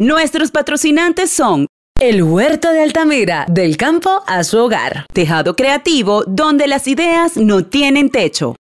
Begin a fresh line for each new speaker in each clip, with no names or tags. Nuestros patrocinantes son El Huerto de Altamira, del campo a su hogar. Tejado Creativo, donde las ideas no tienen techo.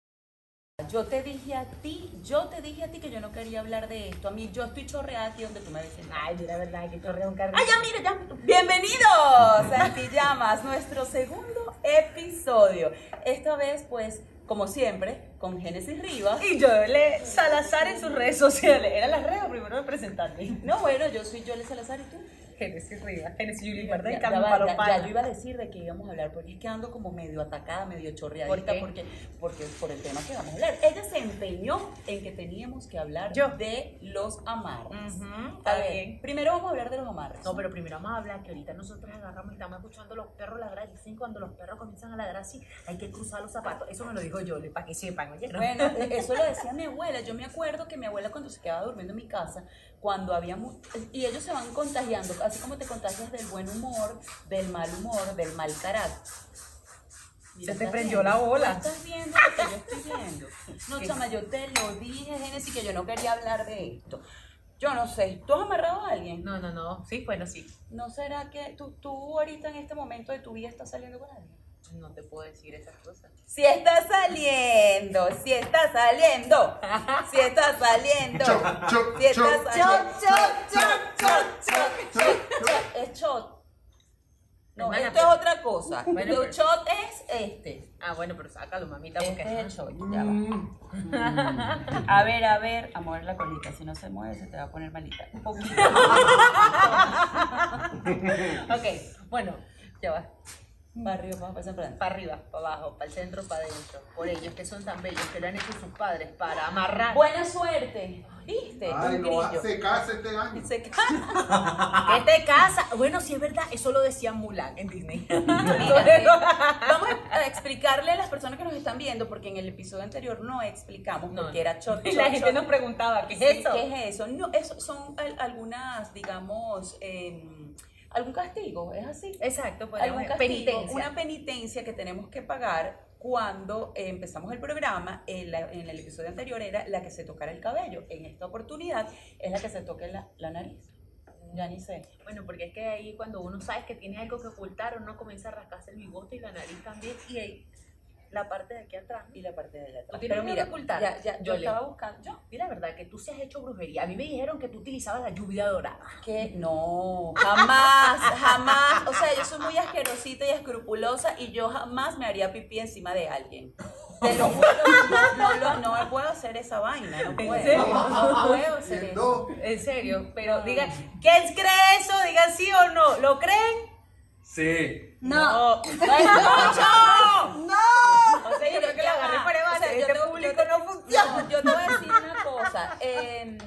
Yo te dije a ti, yo te dije a ti que yo no quería hablar de esto. A mí yo estoy chorreada aquí donde tú me dices.
Ay, la verdad es que torre un carrito.
Ah, ya, mira, ya. Bienvenidos a Anti Llamas, nuestro segundo episodio. Esta vez, pues, como siempre, con Génesis Rivas.
Y yo
E.
le Salazar en sus redes sociales. Era la red primero de presentarme.
No, bueno, yo soy Yole Salazar y tú.
Génesis Rivas, Génesis Yuli,
Ya,
Marta,
ya
Carmen
va,
Palo
ya-
Palo.
ya yo iba a decir de qué íbamos a hablar, porque es que ando como medio atacada, medio chorreadita,
¿Por qué?
Porque, porque por el tema que vamos a hablar. Ella se empeñó en que teníamos que hablar
Yo.
de los amarres.
Ujú,
A
pues, está
ver,
bien.
Primero vamos a hablar de los amarres.
No, pero primero vamos a hablar que ahorita nosotros agarramos y estamos escuchando a los perros ladrar. Dicen cuando los perros comienzan a ladrar así, hay que cruzar los zapatos. Eso me lo digo yo, para que sepan, oye. ¿no?
Bueno, eso lo decía mi abuela. Yo me acuerdo que mi abuela cuando se quedaba durmiendo en mi casa, cuando había... mu- Y ellos se van contagiando, así como te contagias del buen humor, del mal humor, del mal carácter. Mira,
Se te
¿estás
prendió
viendo?
la bola.
¿Tú Estás viendo lo que yo estoy viendo. No, chama, yo te lo dije, Génesis, que yo no quería hablar de esto. Yo no sé, ¿tú has amarrado a alguien?
No, no, no. Sí, bueno, sí.
¿No será que tú, tú ahorita en este momento de tu vida estás saliendo con alguien?
No te puedo decir esas cosas.
Si está saliendo, si está saliendo, si está saliendo,
Choc, choc,
si está
choc.
saliendo.
Choc, choc, choc, choc, choc,
Es shot. No,
Hermana,
esto
pero-
es otra cosa.
Bueno,
Lo
pero-
shot es este.
Ah, bueno, pero sácalo, mamita,
Este es
porque.
el shot. ya va. Mm. A ver, a ver, a mover la colita. Si no se mueve, se te va a poner malita. Un poquito.
Ok, bueno, ya va.
Para arriba, vamos a pasar para adelante.
Para arriba, para abajo, para el centro, para adentro. Por ellos que son tan bellos, que lo han hecho sus padres para amarrar.
Buena suerte. ¿Viste?
Ay,
Un
no,
grillo.
se casa este año.
Se ca-
¿Qué te casa? Bueno, sí es verdad, eso lo decía Mulan en Disney.
Mira, eh, vamos a explicarle a las personas que nos están viendo, porque en el episodio anterior no explicamos
No,
porque
no.
era shot,
Y
shot,
la gente
shot.
nos preguntaba, ¿qué es
Sí,
eso?
¿Qué es eso? No, eso son al- algunas, digamos, em, algún castigo, ¿es así?
Exacto,
algún
podríamos
castigo,
penitencia.
una penitencia que tenemos que pagar cuando eh, empezamos el programa, en, la- en el episodio anterior era la que se tocara el cabello, en esta oportunidad es la que se toque la, la nariz. Ya ni sé.
Bueno, porque es que ahí cuando uno sabe que tiene algo que ocultar, uno comienza a rascarse el bigote y la nariz también y ahí, la parte de aquí atrás. ¿no?
Y la parte de la
No tiene
Pero
nada
mira,
que ocultar.
ya, ya, yo
Yo leo.
estaba buscando, yo,
Di la verdad que tú se has hecho brujería. A mí me dijeron que tú utilizabas la lluvia dorada.
que no, jamás, jamás. O sea, yo soy muy asquerosita y escrupulosa y yo jamás me haría pipí encima de alguien. Te lo juro, no, no, lo- no puedo hacer esa vaina, no puedo.
serio?
No puedo hacer
El
eso.
dos.
En serio, pero digan, ¿quién cree eso? Digan sí o no. ¿Lo creen?
Sí.
No, no,
O sea, yo creo que la agarré por Evana, este público no funciona.
yo te voy a decir una cosa. em,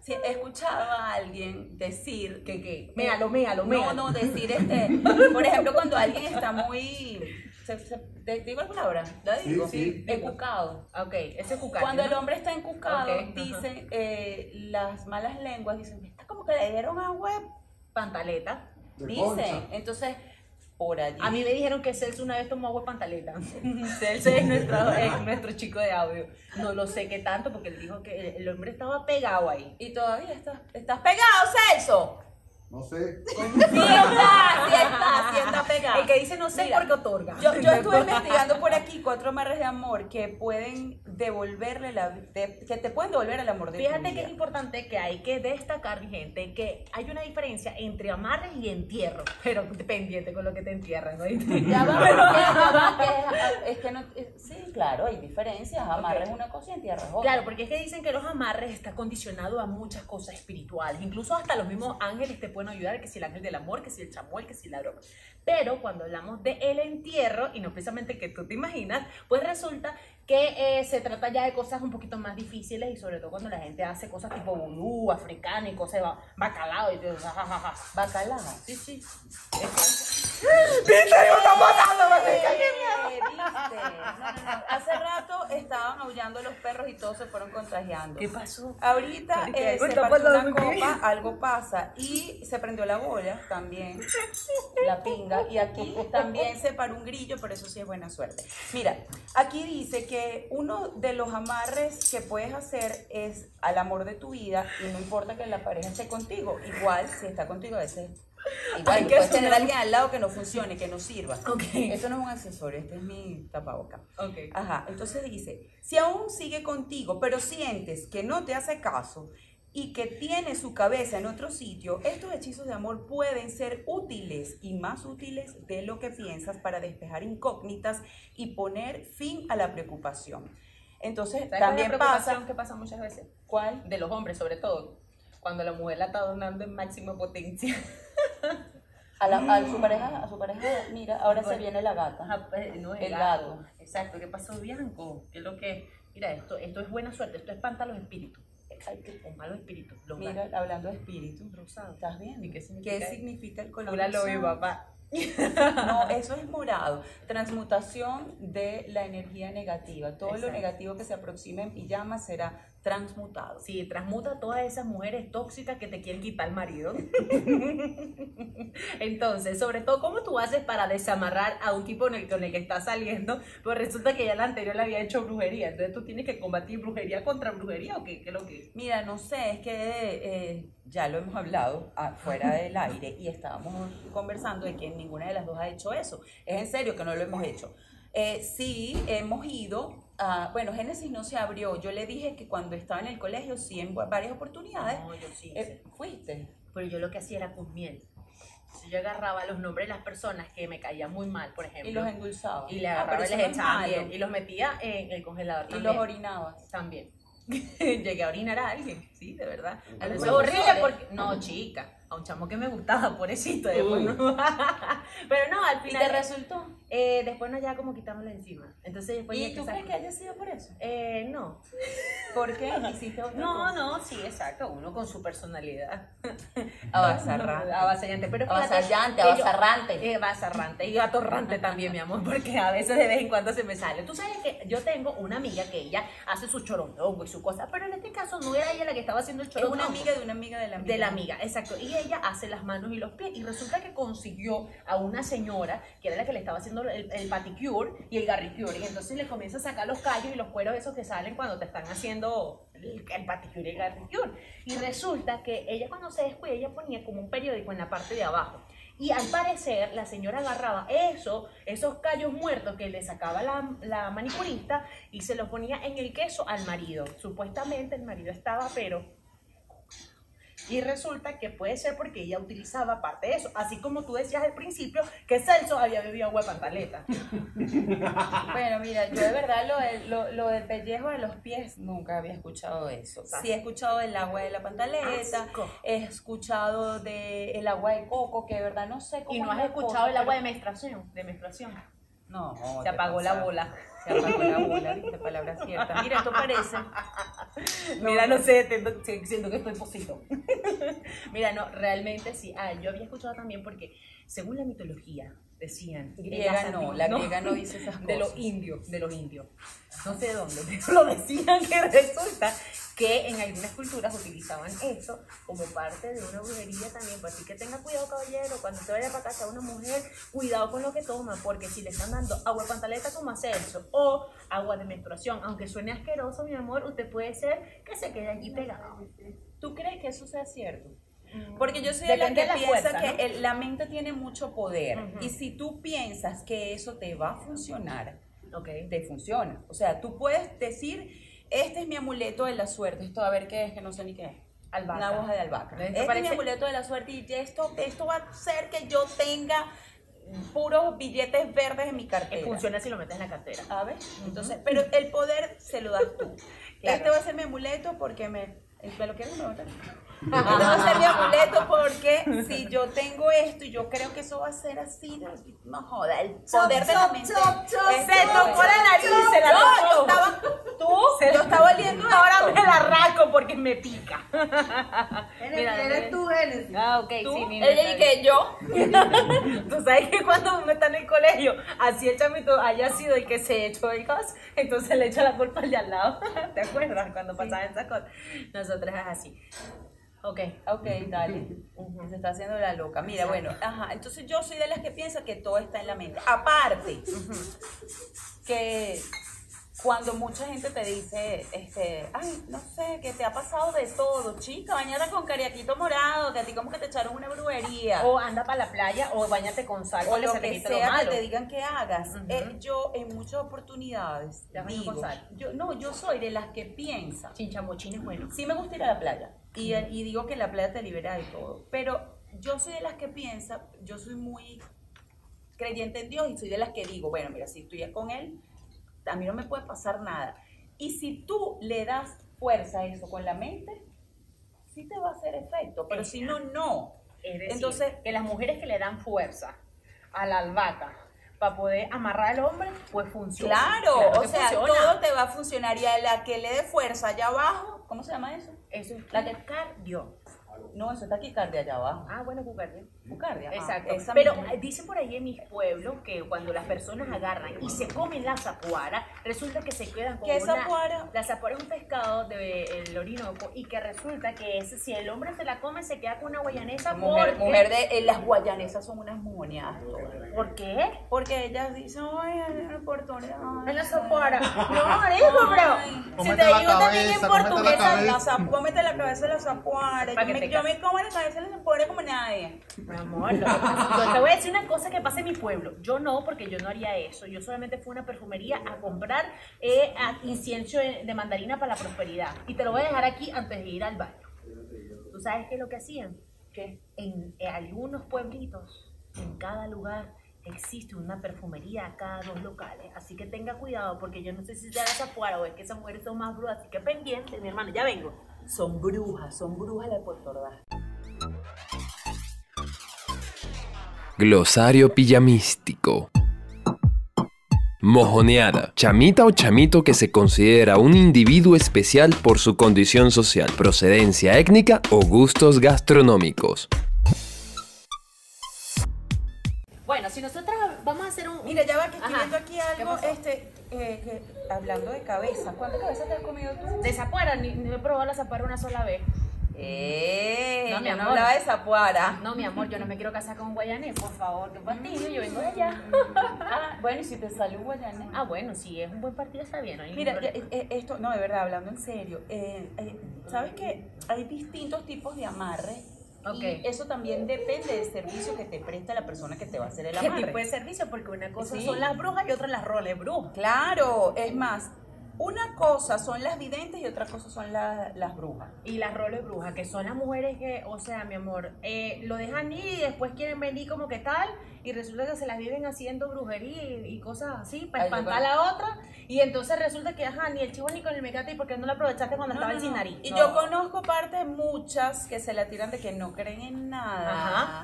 si he escuchado a alguien decir
¿Qué, qué? Méalo, méalo,
No,
méalo.
no, decir este. Por ejemplo, cuando alguien está muy. se- se- ¿te ¿Digo la palabra? ¿La
Sí,
digo?
sí.
Encucado.
Ok, ese es cucaracho,
Cuando el
¿no?
hombre está encucado,
Ok, ajá.
dicen eh, las malas lenguas, dicen, está como que le dieron agua.
Pantaleta.
De
Dicen.
concha.
Entonces, por allí.
A mí me dijeron que Celso una vez tomó agua de pantaleta. Celso es nuestro, es nuestro chico de audio. No lo sé qué tanto porque él dijo que el, el hombre estaba pegado ahí.
Y todavía estás, estás pegado, Celso.
No sé.
Sí está, sí está, sí está pegado.
El que dice no sé
Mira,
porque otorga.
Yo, yo estuve investigando por aquí cuatro amarres de amor que pueden devolverle la de- que te pueden devolver el amor de tu
Fíjate que
vida.
es importante que hay que destacar, mi gente, que hay una diferencia entre amarres y entierro. Pero pendiente con lo que te entierran, ¿no?
Ya va, ya va, que es, es que no, es- sí, claro, hay diferencias, amarres
Ok.
una cosa y entierras otra.
Claro, porque es que dicen que los amarres está condicionado a muchas cosas espirituales. Incluso hasta los mismos ángeles te pueden ayudar, que si el ángel del amor, que si el chamuel, que si la broma. Pero cuando hablamos de el entierro, y no precisamente que tú te imaginas, pues resulta que eh, se trata ya de cosas un poquito más difíciles y sobre todo cuando la gente hace cosas tipo vudú, africano y cosas de ba- bacalao y todo, jajaja.
Bacalao.
Sí, sí. Es-
¿Viste? Yo está pasando, marica.
Eh, ¿viste? No, no, no. Hace rato estaban aullando los perros y todos se fueron contagiando.
¿Qué pasó?
Ahorita
Marica,
eh,
algo
se
está
partió una
pasando, ¿qué?
copa, algo pasa. Y se prendió la bola también, la pinga. Y aquí también se paró un grillo, pero eso sí es buena suerte. Mira, aquí dice que uno de los amarres que puedes hacer es al amor de tu vida y no importa que la pareja esté contigo. Igual, si está contigo, a veces... Igual,
Hay que
puedes
asumir-
tener a alguien al lado que no funcione, que no sirva.
Ok.
Esto no es un accesorio, este es mi tapaboca.
Ok.
Ajá, entonces dice, si aún sigue contigo, pero sientes que no te hace caso y que tiene su cabeza en otro sitio, estos hechizos de amor pueden ser útiles y más útiles de lo que piensas para despejar incógnitas y poner fin a la preocupación. Entonces,
¿Sabes cuál es la
también
preocupación
pasa...
que pasa muchas veces?
¿Cuál?
De los hombres, sobre todo. Cuando la mujer la está donando en máxima potencia.
A, la- a su pareja, a su pareja, mira, ahora se viene la gata.
Mm. Ajá, pues, no es
El
el
gato.
gato. Exacto. ¿Qué pasó, Bianco? ¿Qué es lo que es? Mira, esto, esto es buena suerte. Esto espanta a los espíritus. O malos espíritus. Los
Mira,
gatos.
hablando de espíritu,
Rosado.
¿estás viendo?
¿Y qué significa eso?
significa el color
Hola, lo
rosado?
vi, papá.
No, eso es morado. Transmutación de la energía negativa. Todo lo
Exacto.
negativo que se aproxime en pijama será transmutado.
Sí, transmuta a todas esas mujeres tóxicas que te quieren quitar el marido. Entonces, sobre todo, ¿cómo tú haces para desamarrar a un tipo con el, con el que estás saliendo? Pues resulta que ya la anterior le había hecho brujería. Entonces tú tienes que combatir brujería contra brujería o qué, qué es lo que...
Mira, no sé, es que eh, ya lo hemos hablado ah, fuera del aire y estábamos conversando de que ninguna de las dos ha hecho eso. Es en serio que no lo hemos hecho. Eh, sí, hemos ido. a- bueno, Génesis no se abrió. Yo le dije que cuando estaba en el colegio, sí, en varias oportunidades.
yo sí.
Eh, ¿Fuiste?
Pero yo lo que hacía era con miel. Si yo agarraba los nombres de las personas que me caían muy mal, por ejemplo.
Y los endulzabas.
y le
Ah, pero
agarraba y
eso
les
no es
echaba
malo.
miel. Y los metía en el congelador
Y
también.
los orinabas.
También. Llegué a orinar a alguien, sí, de verdad. A veces
Bueno,
horrible
vale.
porque. No, chica. A un chamo que me gustaba, pobrecito. Después no- Pero no, al
¿Y
final.
te resultó?
eh, después nos ya como quitámoslo encima. Entonces después.
¿Y
ya
tú
quizás-
crees que haya sido por eso?
Eh, no.
¿Por qué hiciste otra
No,
cosa?
no, sí, exacto. Uno con su personalidad.
Ah, Avasarrante.
Avasallante. Pero fíjate
Avasallante,
que yo-
avasarrante.
Eh, avasarrante. Y atorrante también, mi amor, porque a veces de vez en cuando se me sale. Tú sabes que yo tengo una amiga que ella hace su chorondongo y su cosa, pero en este caso no era ella la que estaba haciendo el
Es
chorondongo.
una amiga de una amiga de la amiga.
De la amiga, exacto. Y ella hace las manos y los pies. Y resulta que consiguió a una señora que era la que le estaba haciendo el, el paticure y el garricure. Y entonces le comienza a sacar los callos y los cueros esos que salen cuando te están haciendo el, el paticure y el garricure. Y resulta que ella cuando se descuida, ella ponía como un periódico en la parte de abajo. Y al parecer la señora agarraba eso, esos callos muertos que le sacaba la, la manicurista y se los ponía en el queso al marido. Supuestamente el marido estaba, pero y resulta que puede ser porque ella utilizaba parte de eso. Así como tú decías al principio que Celso había bebido agua de pantaleta.
Bueno, mira, yo de verdad lo, de- lo, lo del pellejo de los pies nunca había escuchado eso. Sí he escuchado del agua de la pantaleta,
Asco.
he escuchado del el agua de coco, que de verdad no sé cómo
Y no
es
has
la
escuchado
cosa,
el agua de
pero-
menstruación. De menstruación.
No,
Se apagó la bola.
Se apagó la bola, viste, palabra cierta. Mira, esto parece...
Mira, no sé, tengo- sí, siento que estoy posito. Mira, no, realmente sí. Ah, yo había escuchado también porque, según la mitología, decían. en las
Griega no,
antiguas-
la griega no dice esas cosas.
de los indios, de los indios. No sé de dónde, pero lo decían que resulta que en algunas culturas utilizaban eso como parte de una brujería también. Pues Así que tenga cuidado, caballero, cuando te vaya para casa una mujer, cuidado con lo que toma, porque si le están dando agua de pantaleta como hacer eso, o agua de menstruación, aunque suene asqueroso, mi amor, usted puede ser que se quede allí pegado.
¿Tú crees que eso sea cierto?
Mm.
Porque yo soy
Depende
de
de
la
la
que piensa
fuerza,
que
¿no?
el- la mente tiene mucho poder.
Ujú.
Y si tú piensas que eso te va a funcionar,
Ok.
te funciona. O sea, tú puedes decir, este es mi amuleto de la suerte. Esto, a ver qué es, que no sé ni qué es.
Albahaca.
Una hoja de albahaca.
Esto
este es mi
parece-
amuleto de la suerte y esto, esto va a hacer que yo tenga puros billetes verdes en mi cartera.
Funciona si lo metes en la cartera.
¿Sabes? Entonces, pero el poder se lo das tú.
Claro.
Este va a ser mi amuleto porque me. ¿Me lo quieres preguntar? Este va a ser mi amuleto porque si yo tengo esto y yo creo que eso va a ser así, no, no joda, el poder de la mente. Se
tocó la nariz, se la
Yo
tocó.
estaba, tú, yo estaba oliendo ahora
me la arranco porque porque me pica. Mira,
Eres tú, Génesis.
Ah, ok,
¿Tú?
sí, mi
Ella dije yo.
Tú sabes que cuando uno está en el colegio, así el chamito haya sido el que se echó el gas, entonces le echa la culpa al de al lado. ¿Te acuerdas cuando pasaban esas cosas? Nosotras es así. Ok.
Ok, dale. Se está haciendo la loca. Mira, bueno, ajá. Entonces yo soy de las que piensa que todo está en la mente. Aparte, que cuando mucha gente te dice, este, ay, no sé, que te ha pasado de todo, chica, bañada con cariaquito morado, que a ti como que te echaron una brujería.
O anda para la playa Ah. o bañate con sal.
o
porque
lo
se te
que
quita
sea que
malo.
te digan que hagas.
Ujú.
Eh, yo en muchas oportunidades
Te has venido
digo,
con sal.
yo, no, yo soy de las que piensa.
Chinchamochín es bueno.
Sí me gusta ir a la playa y, y digo que la playa te libera de todo, pero yo soy de las que piensa, yo soy muy creyente en Dios y soy de las que digo, bueno, mira, si estoy con Él, a mí no me puede pasar nada. Y si tú le das fuerza a eso con la mente, sí te va a hacer efecto, pero si no, no.
Es decir,
Entonces-
que las mujeres que le dan fuerza a la albahaca para poder amarrar al hombre, pues funciona.
Claro,
Claro
o
que
sea,
funciona.
todo te va a funcionar y a la que le dé fuerza allá abajo, ¿cómo se llama eso?
Eso es
La que-
cardio.
No, eso está taquicardia allá abajo.
Ah, bueno, cucardia.
Taquicardia, ah,
Exacto.
esa
Pero
misma.
eh, dicen por ahí en mis pueblos que cuando las personas agarran y se comen la zapuara, resulta que se quedan con
¿Qué
una...
zapuara?
La zapuara es un pescado del Orinoco y que resulta que ese, si el hombre se la come, se queda con una guayanesa
Mujer,
porque...
mujer de eh, las guayanesas son unas moneadas todas.
¿Por qué?
Porque ellas dicen, ay, hay una oportunidad.
En la zapuara. No, hijo,
Ay.
pero... Si te
Cómete la
digo también en
cabeza, cómete la
portugués,
cabeza.
La zap- cómete la cabeza de la zapuara.
Pa'
Yo
que te
me, yo
cases.
me como la cabeza de la zapuara como nadie.
Mi amor, lo que pasa- yo te voy a decir una cosa que pasa en mi pueblo. Yo no, porque yo no haría eso. Yo solamente fui a una perfumería a comprar eh, a- incienso de de mandarina para la prosperidad. Y te lo voy a dejar aquí antes de ir al baño. ¿Tú sabes qué es lo que hacían? Que en, en algunos pueblitos, en cada lugar, existe una perfumería a cada dos locales. Así que tenga cuidado, porque yo no sé si te vas afuera o es que esas mujeres son más brutas. Así que pendiente, mi hermano, ya vengo.
Son brujas, son brujas las de Puerto Ordaz.
Glosario pijamístico. Mojoneada. Chamita o chamito que se considera un individuo especial por su condición social, procedencia étnica o gustos gastronómicos.
Bueno, si nosotras vamos a hacer un...
Mira, ya va que estoy
Ajá.
viendo aquí algo,
pasó?
este, eh, que- hablando de cabeza. ¿Cuántas cabezas te has comido tú?
De zapuera, ni, ni he probado la zapuera una sola vez.
Eh,
No, mi
yo no
amor.
hablaba de zapuara.
No, mi amor, yo no me quiero casar con un guayanés, por favor, qué fastidio, yo vengo de allá.
Ah, bueno, y si te sale un guayanés.
Ah, bueno, si es un buen partido está bien. no hay
Mira,
ningún
ya,
problema.
eh, eh, esto, no, de verdad, hablando en serio, eh, eh, ¿sabes que hay distintos tipos de amarre?
Ok.
Y eso también depende del servicio que te presta la persona que te va a hacer el
¿Qué
amarre.
tipo de servicio? Porque una cosa
Sí.
pues, son las brujas y otra las roles brujas.
Claro, es más, una cosa son las videntes y otra cosa son la- las brujas.
Y las roles brujas, que son las mujeres que, o sea, mi amor, eh, lo dejan ir y después quieren venir como que tal, y resulta que se las viven haciendo brujería y, y cosas así para
Ay, yo
espantar a la otra, y entonces resulta que, ajá, ni el chivo ni con el mecate, ¿y por qué no lo aprovechaste cuando
No,
estaba
no,
el sin
no.
nariz?
Y
No.
yo conozco parte de muchas que se la tiran de que no creen en nada.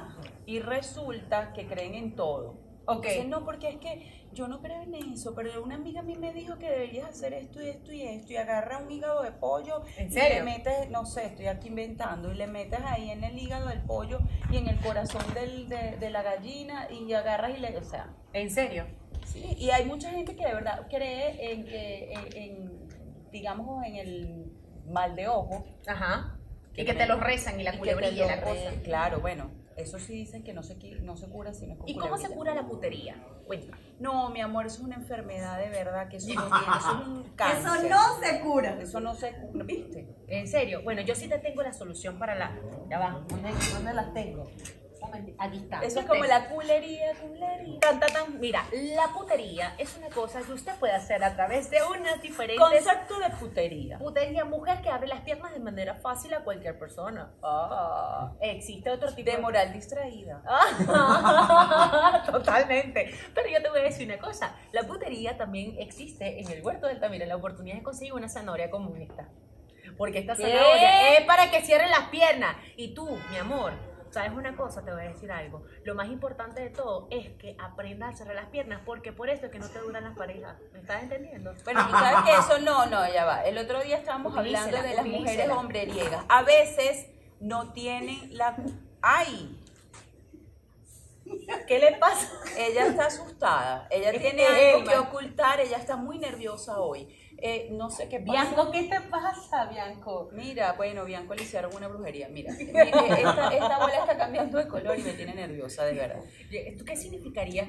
Ajá.
Y resulta que creen en todo.
Ok.
Dicen, no, porque es que yo no creo en eso, pero una amiga a mí me dijo que deberías hacer esto y esto y esto, y agarra un hígado de pollo
¿En
y
serio?
le metes, no sé, estoy aquí inventando, y le metes ahí en el hígado del pollo y en el corazón del- de, de la gallina y agarras y le... O sea,
¿En serio?
Sí, y hay mucha gente que de verdad cree en que, en, en, digamos, en el mal de ojo.
Ajá.
Que
Y que te
creen.
los rezan y la
que
culebrilla y
te
la
lo
cosa.
re- Claro, bueno, eso sí dicen que no se, qui- no se cura si no es con
¿Y cómo se
culebrilla.
cura la putería? Cuenta.
No, mi amor, eso es una enfermedad de verdad, que eso no tiene, eso es un cáncer.
Eso no se cura.
Eso no se cura, ¿viste?
En serio, bueno, yo sí te tengo la solución para la. Ya va.
¿Dónde, dónde las tengo?
Un momento, Aquí
Ah,
está.
Eso es como la culería, culería.
Tan, tan, tan. Mira, la putería es una cosa que usted puede hacer a través de unas diferentes.
Concepto de putería.
Putería, mujer que abre las piernas de manera fácil a cualquier persona. Ah, existe otro tipo
De moral distraída.
Ah, Totalmente. Pero yo te voy a decir una cosa. La putería también existe en el huerto del Tamira. La oportunidad de conseguir una zanahoria como esta. Porque esta
¿Qué?
zanahoria es para que cierren las piernas. Y tú, mi amor, ¿Sabes una cosa? Te voy a decir algo. Lo más importante de todo es que aprendas a cerrar las piernas, porque por eso es que no te duran las parejas. ¿Me estás entendiendo?
Bueno, tú sabes que eso no, no, ya va. El otro día estábamos
Utilícela,
hablando de las mujeres
utilícela.
hombreriegas. A veces no tienen la. ¡Ay!
¿Qué le pasa?
Ella está asustada. Ella
Es que
tiene
te
algo que
dejan.
ocultar. Ella está muy nerviosa hoy. Eh, no sé qué pasa.
Bianco, ¿qué te pasa, Bianco?
Mira, bueno, Bianco le hicieron una brujería. Mira, eh, esta, esta bola está cambiando de color y me tiene nerviosa, de verdad.
¿Tú qué significaría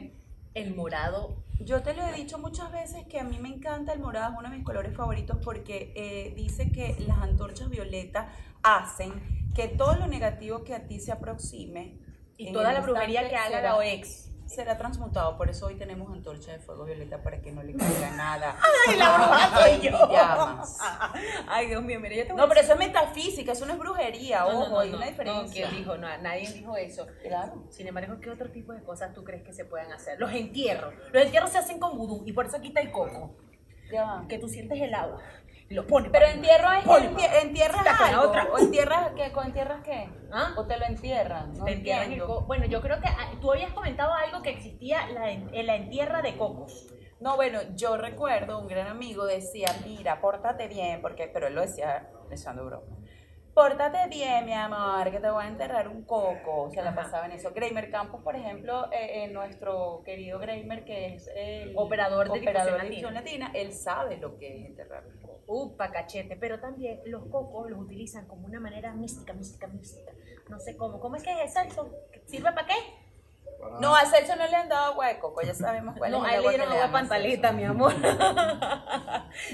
el morado?
Yo te lo he dicho muchas veces que a mí me encanta el morado, es uno de mis colores favoritos porque eh, dice que las antorchas violetas hacen que todo lo negativo que a ti se aproxime
Y
en
toda
el
la brujería
instante
que haga
será-
la OEX.
será transmutado. Por eso hoy tenemos antorcha de fuego violeta para que no le caiga nada.
¡Ay, la bruja soy yo!
Llamas.
Ay, Dios mío, mira, yo te voy
No,
a
pero eso es metafísica, eso no es brujería,
No, no,
ojo,
no,
hay
no,
una
no,
diferencia.
¿quién dijo? No, nadie dijo eso.
Claro.
Sin embargo, ¿qué otro tipo de cosas tú crees que se puedan hacer? Los entierros. Los entierros se hacen con vudú y por eso aquí está el coco.
Ya va.
Que tú sientes el agua y lo pones.
Pero
para
entierro es
Ponle,
entie-
papá.
entierras
Saca la
algo.
otra.
¿O entierras qué? ¿Con entierras qué?
¿Ah?
¿O te lo entierran? No
Te entierran el
entiendo.
coco. Bueno, yo creo que ah, tú habías comentado algo que existía la, en, en la entierra de cocos.
No, bueno, yo recuerdo un gran amigo decía, mira, pórtate bien, porque, pero él lo decía echando broma. Pórtate bien, mi amor, que te voy a enterrar un coco. Se la
Ajá.
pasaba en eso. Kramer Campos, por ejemplo, eh, eh, nuestro querido Kramer, que es el
Operador de
operador de dicción
Dicción
latina, él sabe lo que es enterrar un coco.
Upa, cachete. Pero también los cocos los utilizan como una manera mística, mística, mística. No sé cómo. ¿Cómo es que es eso? ¿Sirve para qué?
Para-
No, a Celso no le han dado agua de coco, ya sabemos cuál
No,
es. el
a él le
agua que
dieron
dan
agua
a Celso.
pantaleta, mi amor.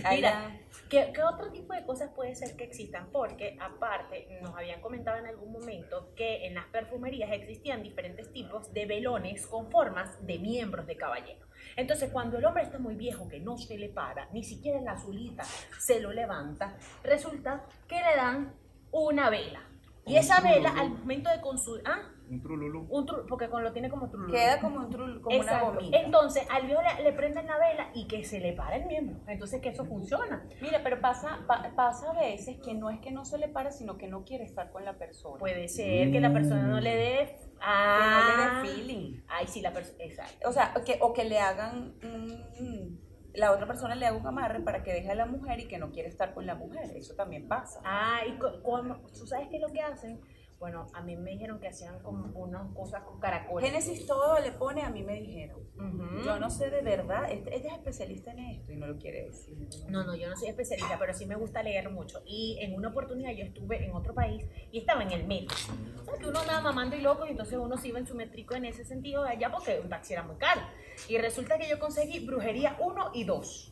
Ahí
Mira,
la-
¿qué, qué otro tipo de cosas puede ser que existan? Porque aparte nos habían comentado en algún momento que en las perfumerías existían diferentes tipos de velones con formas de miembros de caballero. Entonces, cuando el hombre está muy viejo, que no se le para, ni siquiera la azulita se lo levanta, resulta que le dan una vela. Y esa vela, al momento de consumir, ah,
Un trululú.
un tru- porque con- lo tiene como trululú.
Queda como, un trul- como una
Exacto.
gomita.
Entonces, al viejo le, le prenden la vela y que se le para el miembro. Entonces, que eso funciona.
Mira, pero pasa, pa- pasa a veces que no es que no se le para, sino que no quiere estar con la persona.
Puede ser que la persona no le dé.
no
Ah,
le dé feeling.
Ay, sí, la persona. Exacto.
O sea, o que, o que le hagan, mm, la otra persona le haga un amarre para que deje a la mujer y que no quiere estar con la mujer. Eso también pasa.
Ah, y cu- cuando- ¿tú sabes qué es lo que hacen? Bueno, a mí me dijeron que hacían como unas cosas con caracoles.
Génesis todo le pone, a mí me dijeron.
Ujú.
Yo no sé de verdad, este- ella es especialista en esto y no lo quiere decir.
No, no, yo no soy especialista, pero sí me gusta leer mucho. Y en una oportunidad yo estuve en otro país y estaba en el metro. O sea, que uno andaba mamando y loco y entonces uno se iba en su metrico en ese sentido de allá porque un taxi era muy caro. Y resulta que yo conseguí brujería 1 y 2.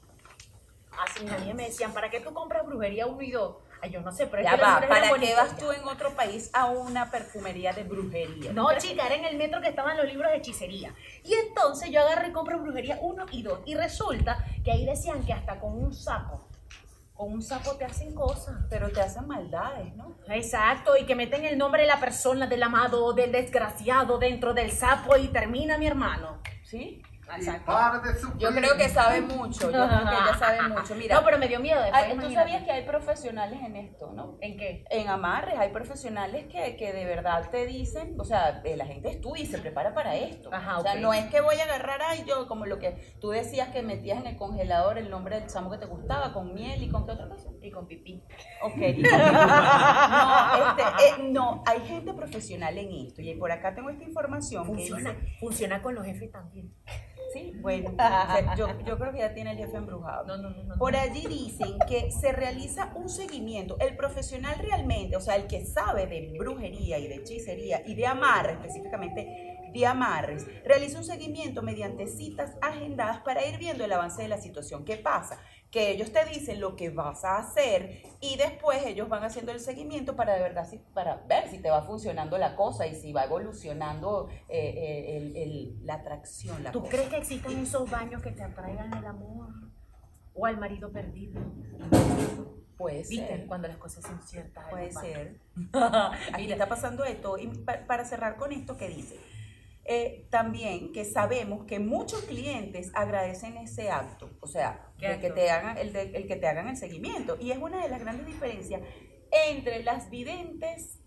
Así mis amigas me decían, ¿para qué tú compras brujería 1 y 2? Ay, yo no sé, pero es
Ya
que las
va,
mujeres
¿para
eran
qué
bonitas.
vas tú en otro país a una perfumería de brujería?
No, chica, era en el metro que estaban los libros de hechicería. Y entonces yo agarré y compré brujería 1 y 2. Y resulta que ahí decían que hasta con un sapo, con un sapo te hacen cosas.
Pero te hacen maldades, ¿no?
Exacto, y que meten el nombre de la persona, del amado, del desgraciado dentro del sapo y termina mi hermano.
¿Sí?
Y para de sufrir.
Ah, Yo creo que sabe mucho, yo creo que ella sabe mucho. Mira,
no, pero me dio miedo. Después,
Ah, tú
imagínate.
sabías que hay profesionales en esto, ¿no?
¿En qué?
En amarres hay profesionales que, que de verdad te dicen, o sea, eh, la gente estudia y se prepara para esto.
Ajá,
o sea,
ok.
no es que voy a agarrar ay yo como lo que tú decías que metías en el congelador el nombre del chamo que te gustaba con miel y con qué otra cosa.
Y con pipí.
Ok. No, este, eh, no, hay gente profesional en esto y por acá tengo esta información
Funciona,
que
funciona con los jefes también.
dice, sí, bueno, o
Ah,
sea, yo, yo creo que ya tiene el jefe embrujado.
No, no, no, no.
Por allí dicen que se realiza un seguimiento. El profesional realmente, o sea, el que sabe de brujería y de hechicería y de amarre, específicamente de amarres, realiza un seguimiento mediante citas agendadas para ir viendo el avance de la situación. ¿Qué pasa? Que ellos te dicen lo que vas a hacer y después ellos van haciendo el seguimiento para de verdad si- para ver si te va funcionando la cosa y si va evolucionando eh, eh, el- el- la atracción. La
¿Tú
cosa.
crees que existan esos baños que te atraigan el amor? O al marido perdido.
Puede
¿Viste?
ser.
Cuando las cosas son ciertas. ay,
Puede
papá.
ser. Aquí está pasando esto. Y pa- para cerrar con esto que dice, eh, también que sabemos que muchos clientes agradecen ese acto, o sea,
¿Qué
de que
acto?
te hagan el, de- el que te hagan el seguimiento. Y es una de las grandes diferencias entre las videntes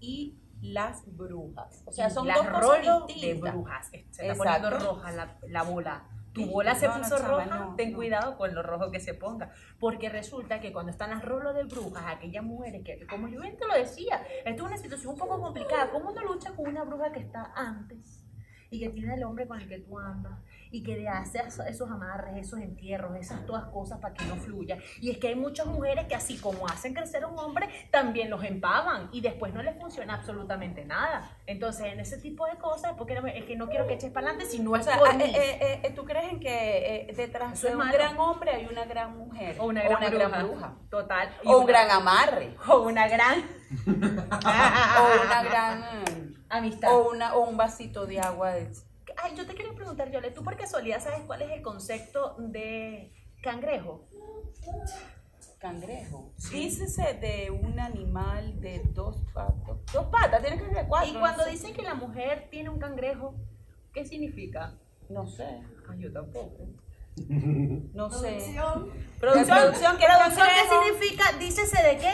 y las brujas. O sea, son
las
dos
rolas
cosas
de
distintas.
brujas. Se está poniendo
Exacto.
roja la, la bola. Tu
Sí,
bola se
no, no,
puso
chama,
roja,
no,
ten
no.
cuidado con lo rojo que se ponga. Porque resulta que cuando están las rolas de brujas, aquellas mujeres que, como yo bien te lo decía, esto es una situación un poco complicada. ¿Cómo uno lucha con una bruja que está antes? Y que tiene el hombre con el que tú andas, y que le hace eso- esos amarres, esos entierros, esas todas cosas para que no fluya. Y es que hay muchas mujeres que así como hacen crecer a un hombre, también los empavan y después no les funciona absolutamente nada. Entonces, en ese tipo de cosas, porque no me- es que no quiero que eches para adelante si no
O
es
sea,
por
ah,
mí.
eh, eh, eh, ¿tú crees en que eh, detrás
Eso
de
es
un
malo.
gran hombre hay una gran mujer?
o una gran, bruja.
bruja.
Total. Y
O un
una-
gran amarre.
O una gran.
O una gran... mm,
amistad.
O, una, o un vasito de agua. de-
Ay, yo te quiero preguntar, Yole, ¿tú por casualidad sabes cuál es el concepto de cangrejo?
Cangrejo. Dícese de un animal de dos patas. Dos patas, tiene que ser cuatro.
Y
no
cuando
sé.
dicen que la mujer tiene un cangrejo, ¿qué significa?
No sé.
Ay, yo tampoco.
No sé.
Producción,
Producción, ¿qué
¿qué, producción,
cangrejo?
¿qué significa? Dícese de qué?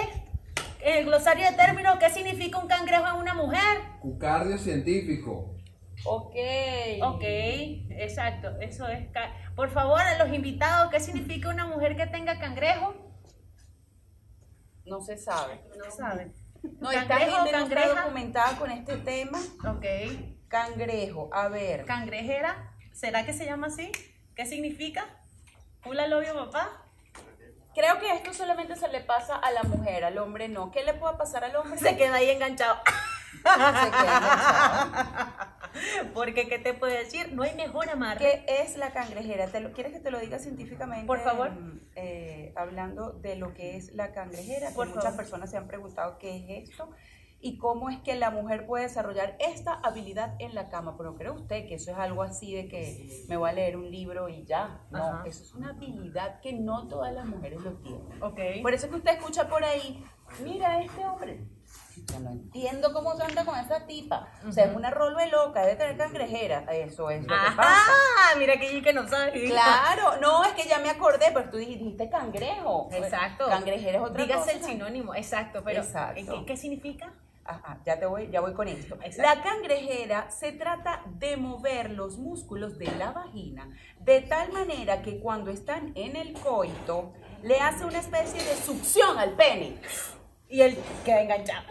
El glosario de términos, ¿qué significa un cangrejo en una mujer?
Cucardio científico.
Ok.
Ok, exacto, eso es. ca- Por favor, a los invitados, ¿qué significa una mujer que tenga cangrejo?
No se sabe.
No saben.
No, esta gente
Cangrejo,
no está
cangreja.
documentada con este tema.
Ok.
Cangrejo, a ver.
Cangrejera, ¿será que se llama así? ¿Qué significa? ¿Hula lobio, papá?
Creo que esto solamente se le pasa a la mujer, al hombre no. ¿Qué le puede pasar al hombre?
Se queda ahí enganchado.
Se queda
Porque, ¿qué te puedo decir? No hay mejor amarre.
¿Qué es la cangrejera? ¿Te lo- ¿Quieres que te lo diga científicamente?
Por favor.
mm, eh, hablando de lo que es la cangrejera, que
Por
muchas
favor.
personas se han preguntado qué es esto y cómo es que la mujer puede desarrollar esta habilidad en la cama. Pero cree usted que eso es algo así de que me voy a leer un libro y ya. No,
Ajá.
eso es una habilidad que no todas las mujeres lo tienen.
Ok.
Por eso que usted escucha por ahí, mira este hombre. Yo no entiendo cómo se anda con esa tipa. O sea, es una rolo de loca, debe tener cangrejera. Eso es lo que pasa.
Ajá, mira que que no sabe.
Claro, no, es que ya me acordé, pero tú dijiste cangrejo.
Exacto.
Cangrejera es otra
Dígase
cosa.
el sinónimo, exacto, pero
Exacto.
¿qué, qué significa?
Ajá, ya te voy, ya voy con esto.
Exacto.
La cangrejera se trata de mover los músculos de la vagina de tal manera que cuando están en el coito le hace una especie de succión al pene.
Y él queda enganchado.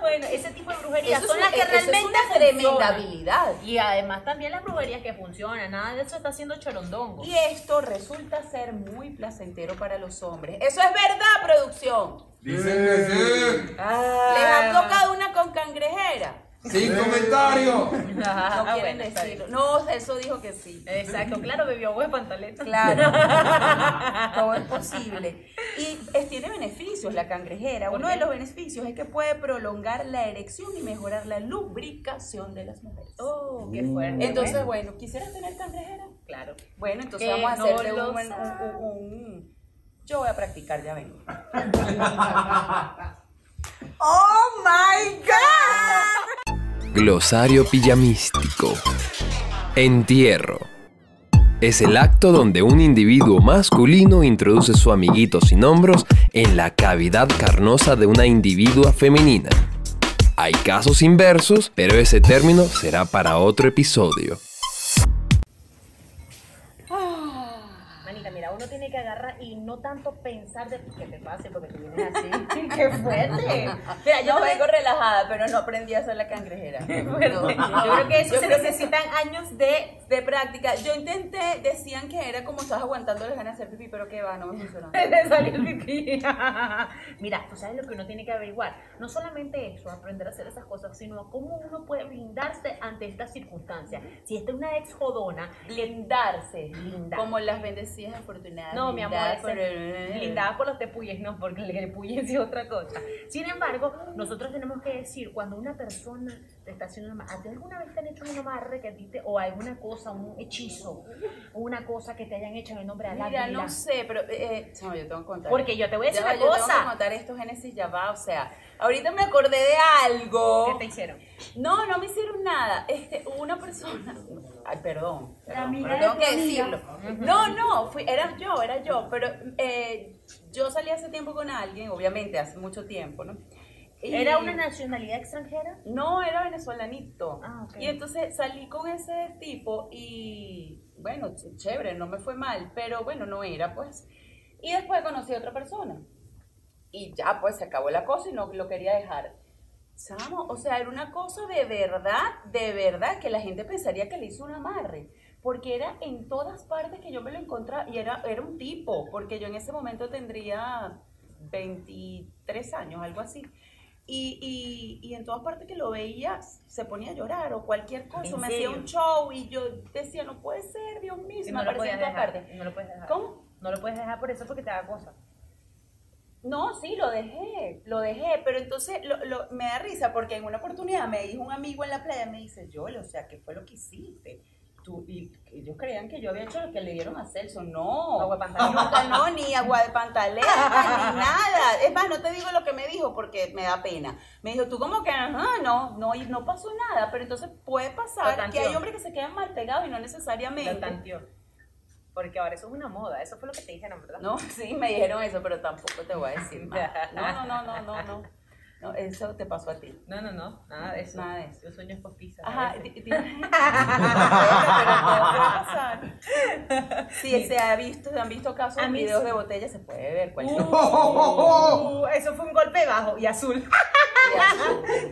bueno, ese tipo de brujerías
Eso es
son
una-
las que
eso es
realmente
una tremenda
funcionan.
habilidad.
Y además también las brujerías que funcionan, nada de eso está haciendo chorondongo.
Y esto resulta ser muy placentero para los hombres. Eso es verdad, producción.
Dicen que sí.
Les han
Ah.
tocado una con cangrejera.
Sin comentario.
No
Ah,
quieren
bueno, está bien. Eh,
decirlo. No, eso dijo que sí.
Exacto, claro, bebió agua de pantaleta.
Claro, todo es posible. Y es- tiene beneficios la cangrejera. Uno de los beneficios es que puede prolongar la erección y mejorar la lubricación de las mujeres. Mm.
Oh, qué fuerte.
Entonces, bueno, ¿quisieras tener cangrejera?
claro.
Bueno, entonces
Que
vamos a
no
hacerle
lo
un, buen-
sabe.
un- un- un- Yo voy a practicar, ya vengo.
¡Oh my God!
Glosario pijamístico. Entierro. Es el acto donde un individuo masculino introduce su amiguito sin hombros en la cavidad carnosa de una individua femenina. Hay casos inversos, pero ese término será para otro episodio.
Manita, mira, uno tiene que agarrar y no tanto pensar de que te pase porque te vienes así. ¡Qué fuerte! Mira, yo
No
también-
vengo relajada, pero no aprendí a hacer la cangrejera.
Qué fuerte. Yo creo que eso se necesitan años de.
De práctica, yo intenté, decían que era como estás aguantando las ganas de hacer pipí, pero que va, no me funcionó.
de salir el pipí. Mira, tú sabes lo que uno tiene que averiguar. No solamente eso, aprender a hacer esas cosas, sino cómo uno puede blindarse ante estas circunstancias. Si esta es una ex jodona, blindarse, linda.
Como las bendecidas afortunadas.
No, mi amor,
blindadas
esa
eh,
es blindada por los tepuyes, no, porque el tepuyes es otra cosa. Sin embargo, nosotros tenemos que decir, cuando una persona te está haciendo una amarre, alguna vez te han hecho un amarre que a ti te- o alguna cosa, un hechizo, una cosa que te hayan hecho en el nombre de la
Mira, no sé, pero. eh, eh, chamo, yo tengo que contar.
Porque yo te voy a decir
Ya va,
una
yo Tengo que
cosa
contar esto, Génesis, ya va. O sea, ahorita me acordé de algo.
que te hicieron.
No, no me hicieron nada. Este, hubo una persona. Ay, perdón. perdón,
amiga
pero tengo
de tu
que
amiga.
decirlo. No, no, fui- era yo, era yo. Pero eh, yo salí hace tiempo con alguien, obviamente, hace mucho tiempo, ¿no? Y-
¿Era una nacionalidad extranjera?
No, era venezolanito.
Ah, ok.
Y entonces salí con ese tipo y, bueno, ch- chévere, no me fue mal, pero bueno, no era, pues. Y después conocí a otra persona. Y ya, pues, se acabó la cosa y no lo quería dejar. Chamo, o sea, era una cosa de verdad, de verdad, que la gente pensaría que le hizo un amarre. Porque era en todas partes que yo me lo encontraba y era, era un tipo, porque yo en ese momento tendría 23 años, algo así. Y, y, y en todas partes que lo veía se ponía a llorar o cualquier cosa,
¿En
me hacía
serio?
un show y yo decía, no puede ser, Dios mío,
Y
me
no lo
aparecía
puedes
en todas
dejar.
partes.
y No lo puedes dejar.
¿Cómo?
No lo puedes dejar por eso porque te da cosa.
No, sí, lo dejé, lo dejé, pero entonces lo, lo- me da risa porque en una oportunidad me dijo un amigo en la playa, me dice, Joel, o sea, ¿qué fue lo que hiciste? Tú, y ellos creían que yo había hecho lo que le dieron a Celso, no,
Agua de pantalón.
nunca, no, ni agua de pantaleta, ni nada, es más, no te digo lo que me dijo porque me da pena, me dijo, tú como que, ajá, no, no, y no pasó nada, pero entonces puede
Lo
pasar que
tanteó.
hay hombres que se quedan mal pegados y no necesariamente,
Lo tanteó. Porque ahora eso es una moda. Eso fue lo que te dijeron, ¿verdad?
no, sí, me dijeron eso, pero tampoco te voy a decir más. No, no, no, no, no, no. No, eso te pasó a ti.
No, no, no, nada de eso.
Nada de eso.
Los sueños postizan.
Ajá,
a veces.
di- di- pero te va a pasar. Sí, se ha visto, se han visto casos
A
en
mí
videos
sí.
de botella, se puede ver cuál
Uh, eso fue un golpe bajo y azul.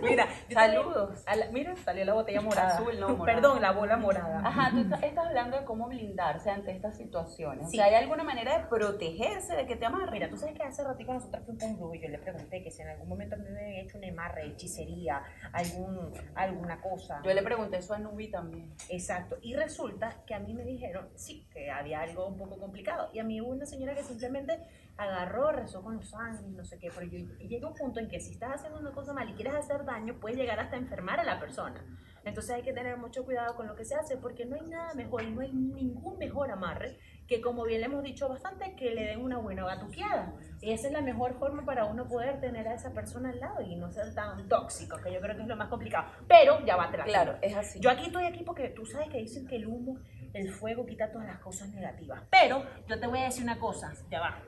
mira, yo
Saludos.
también- a la- mira, salió la botella morada.
Azul, no, morada.
Perdón, la bola morada.
Ajá, tú está- estás hablando de cómo blindarse ante estas situaciones.
Sí.
O sea, ¿hay alguna manera de protegerse de que te amarren?
Mira, tú sabes que hace ratito nosotros fuimos con un grupo y yo le pregunté que si en algún momento a mí me habían hecho un emarre, hechicería, algún, alguna cosa.
Yo le pregunté eso a Nubi también.
Exacto. Y resulta que a mí me dijeron, sí, que había algo un poco complicado. Y a mí hubo una señora que simplemente agarró, rezó con los ángeles, no sé qué. Pero yo llega un punto en que si estás haciendo una cosa mal y quieres hacer daño, puedes llegar hasta enfermar a la persona. Entonces hay que tener mucho cuidado con lo que se hace porque no hay nada mejor y no hay ningún mejor amarre que como bien le hemos dicho bastante, que le den una buena batuqueada. Y esa es la mejor forma para uno poder tener a esa persona al lado y no ser tan tóxico, que yo creo que es lo más complicado. Pero ya va atrás.
Claro, es así.
Yo aquí estoy aquí porque tú sabes que dicen que el humo, el fuego quita todas las cosas negativas. Pero yo te voy a decir una cosa, ya va,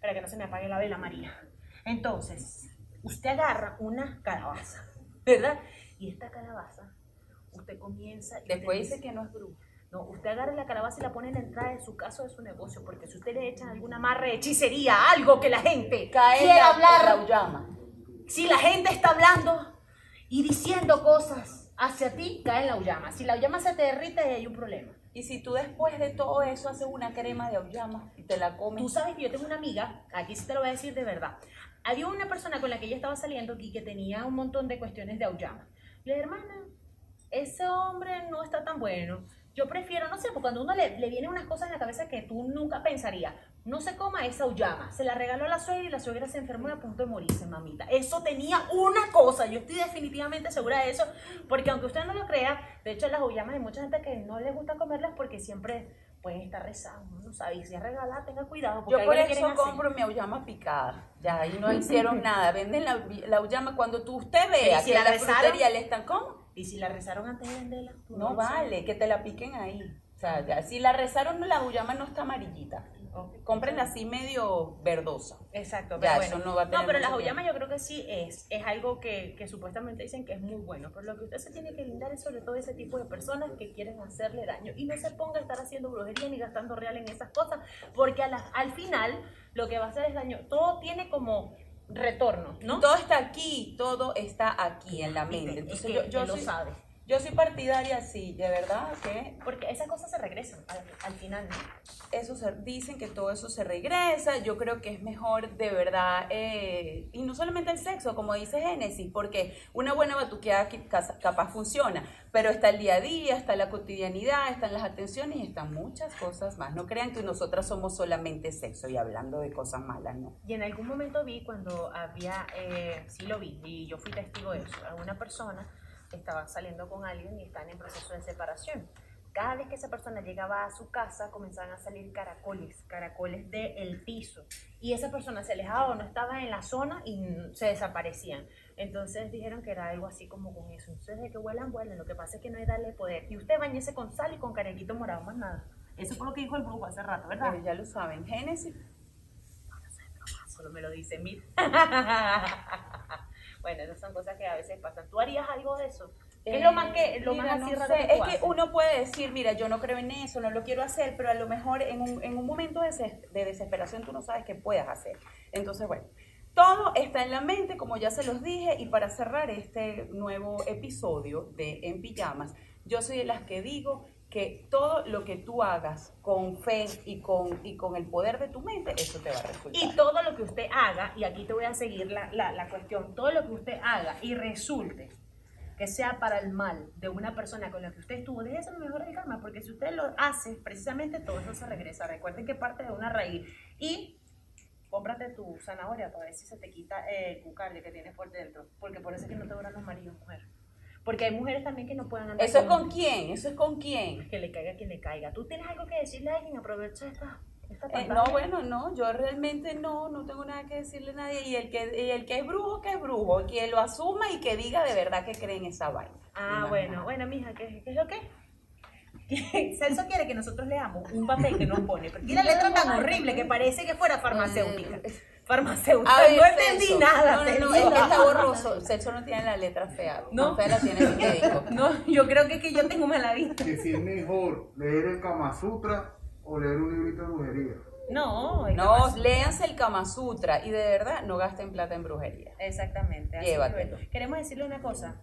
para que no se me apague la vela, María. Entonces, usted agarra una calabaza, ¿verdad? Y esta calabaza, usted comienza... y
Después
usted
dice que no es bruja.
no, usted agarra la calabaza y la pone en la entrada de su casa o de su negocio, porque si usted le echa alguna amarre, hechicería, algo que la gente
Cae
quiera
la
hablar,
llama.
si la gente está hablando y diciendo cosas hacia ti, cae en la uyama. Si la uyama se te derrite, ahí hay un problema.
Y si tú después de todo eso haces una crema de auyama y te la comes.
Tú sabes que yo tengo una amiga, aquí sí te lo voy a decir de verdad. Había una persona con la que ella estaba saliendo y que tenía un montón de cuestiones de auyama. Le dije, hermana, ese hombre no está tan bueno. Yo prefiero, no sé, porque cuando uno le, le vienen unas cosas en la cabeza que tú nunca pensarías. No se coma esa auyama. Se la regaló a la suegra y la suegra se enfermó y a punto de morirse, mamita. Eso tenía una cosa. Yo estoy definitivamente segura de eso. Porque aunque usted no lo crea, de hecho las auyamas hay mucha gente que no les gusta comerlas porque siempre pueden estar rezando. Uno no sabe. Y si es regalada, tenga cuidado. porque
Yo por
algo le quieren
eso
hacer.
compro mi auyama picada. Ya, ahí no hicieron nada. Venden la, la auyama cuando tú usted vea
si
que
la
la
rezaron?
frutería le están. ¿Cómo?
Y si la rezaron antes de venderla. tú
No
sabes.
vale, que te la piquen ahí. O sea, ya, si la rezaron, la auyama no está amarillita.
Ok.
Cómprenla así medio verdosa.
Exacto,
Ya,
pero
eso
bueno.
no va a tener
pero
mucho
las auyamas yo creo que sí es, es algo que, que supuestamente dicen que es muy bueno, pero lo que usted se tiene que lindar es sobre todo ese tipo de personas que quieren hacerle daño y no se ponga a estar haciendo brujería ni gastando real en esas cosas, porque a la- al final lo que va a hacer es daño, todo tiene como retorno, ¿no?
Todo está aquí, todo está aquí en la
Viste,
mente.
es
Entonces
que
yo, yo
él lo
soy,
sabe.
yo soy partidaria, sí, de verdad que
Porque esas cosas se regresan al, al final, ¿no?
eso se, dicen que todo eso se regresa, yo creo que es mejor de verdad, eh, y no solamente el sexo, como dice Génesis, porque una buena batuqueada qui- casa- capaz funciona, pero está el día a día, está la cotidianidad, están las atenciones y están muchas cosas más. No crean que nosotras somos solamente sexo y hablando de cosas malas, no.
Y en algún momento vi cuando había, eh, sí lo vi, y yo fui testigo de eso, alguna persona estaba saliendo con alguien y estaban en proceso de separación. Cada vez que esa persona llegaba a su casa comenzaban a salir caracoles, caracoles del piso. Y esa persona se alejaba o no estaba en la zona y mm, se desaparecían. Entonces dijeron que era algo así como con eso. Entonces de que vuelan, vuelan. Lo que pasa es que no hay darle poder. Y usted bañese con sal y con carequito morado, más nada. Eso fue lo que dijo el brujo hace rato, ¿verdad?
Pero ya lo saben, Génesis.
Solo me lo dice Mir. Bueno, esas son cosas que a veces pasan. ¿Tú harías algo de eso? ¿Qué es lo más que Eh, lo
Mira,
más así
no
raro
sé,
que tú
es que
haces?
uno puede decir, mira, yo no creo en eso, no lo quiero hacer, pero a lo mejor en un, en un momento de, ses- de desesperación tú no sabes qué puedas hacer. Entonces, bueno, todo está en la mente, como ya se los dije, y para cerrar este nuevo episodio de En Pijamas, yo soy de las que digo que todo lo que tú hagas con fe y con, y con el poder de tu mente, eso te va a resultar.
Y todo lo que usted haga, y aquí te voy a seguir la, la- la cuestión, todo lo que usted haga y resulte que sea para el mal de una persona con la que usted estuvo, déjese lo mejor del karma, porque si usted lo hace, precisamente todo eso se regresa. Recuerden que parte de una raíz. Y cómprate tu zanahoria para ver si se te quita eh, el cucardio que tienes por dentro, porque por eso es que no te duran los maridos, mujer. Porque hay mujeres también que no pueden andar
¿Eso es con quién? ¿Eso es con quién?
Que le caiga quien le caiga. ¿Tú tienes algo que decirle a alguien? Aprovecha esta... esta
Eh, no,
pantalla.
bueno, no, yo realmente no, no tengo nada que decirle a nadie. Y el que, y el que es brujo, que es brujo. Que lo asuma y que diga de verdad que cree en esa vaina.
Ah, bueno, bueno, mija, ¿qué, qué es lo que? Que Celso quiere que nosotros leamos un papel que nos pone, porque tiene la letra tan horrible que parece que fuera farmacéutica. Farmacéutica.
Eh, A ver,
no entendí
Celso.
nada.
No, no, no,
Celso.
es que está borroso. Celso no tiene la letra fea. No.
No.
Fea la tiene el médico.
No, yo creo que, es que yo tengo mala vista.
Que si es mejor leer el Kama Sutra o leer un librito de brujería.
No, es-
No, léanse el Kama Sutra y de verdad no gasten plata en brujería.
Exactamente. así
Llévatelo.
que, Queremos decirle una cosa.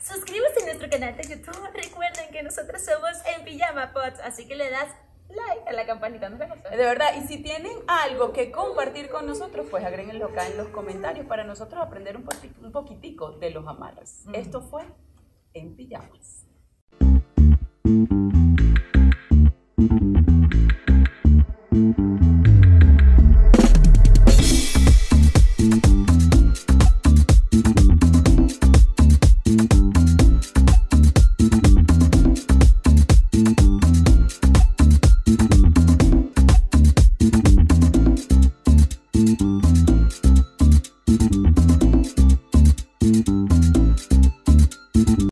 Suscríbase a nuestro canal de YouTube. Recuerden que nosotros somos en Pijama Pots, así que le das like a la campanita. ¿No te acuerdas?
De verdad, y si tienen algo que compartir con nosotros, pues agréguenlo acá en los comentarios para nosotros aprender un, poquiti- un poquitico de los amarres. Esto fue En Pijamas.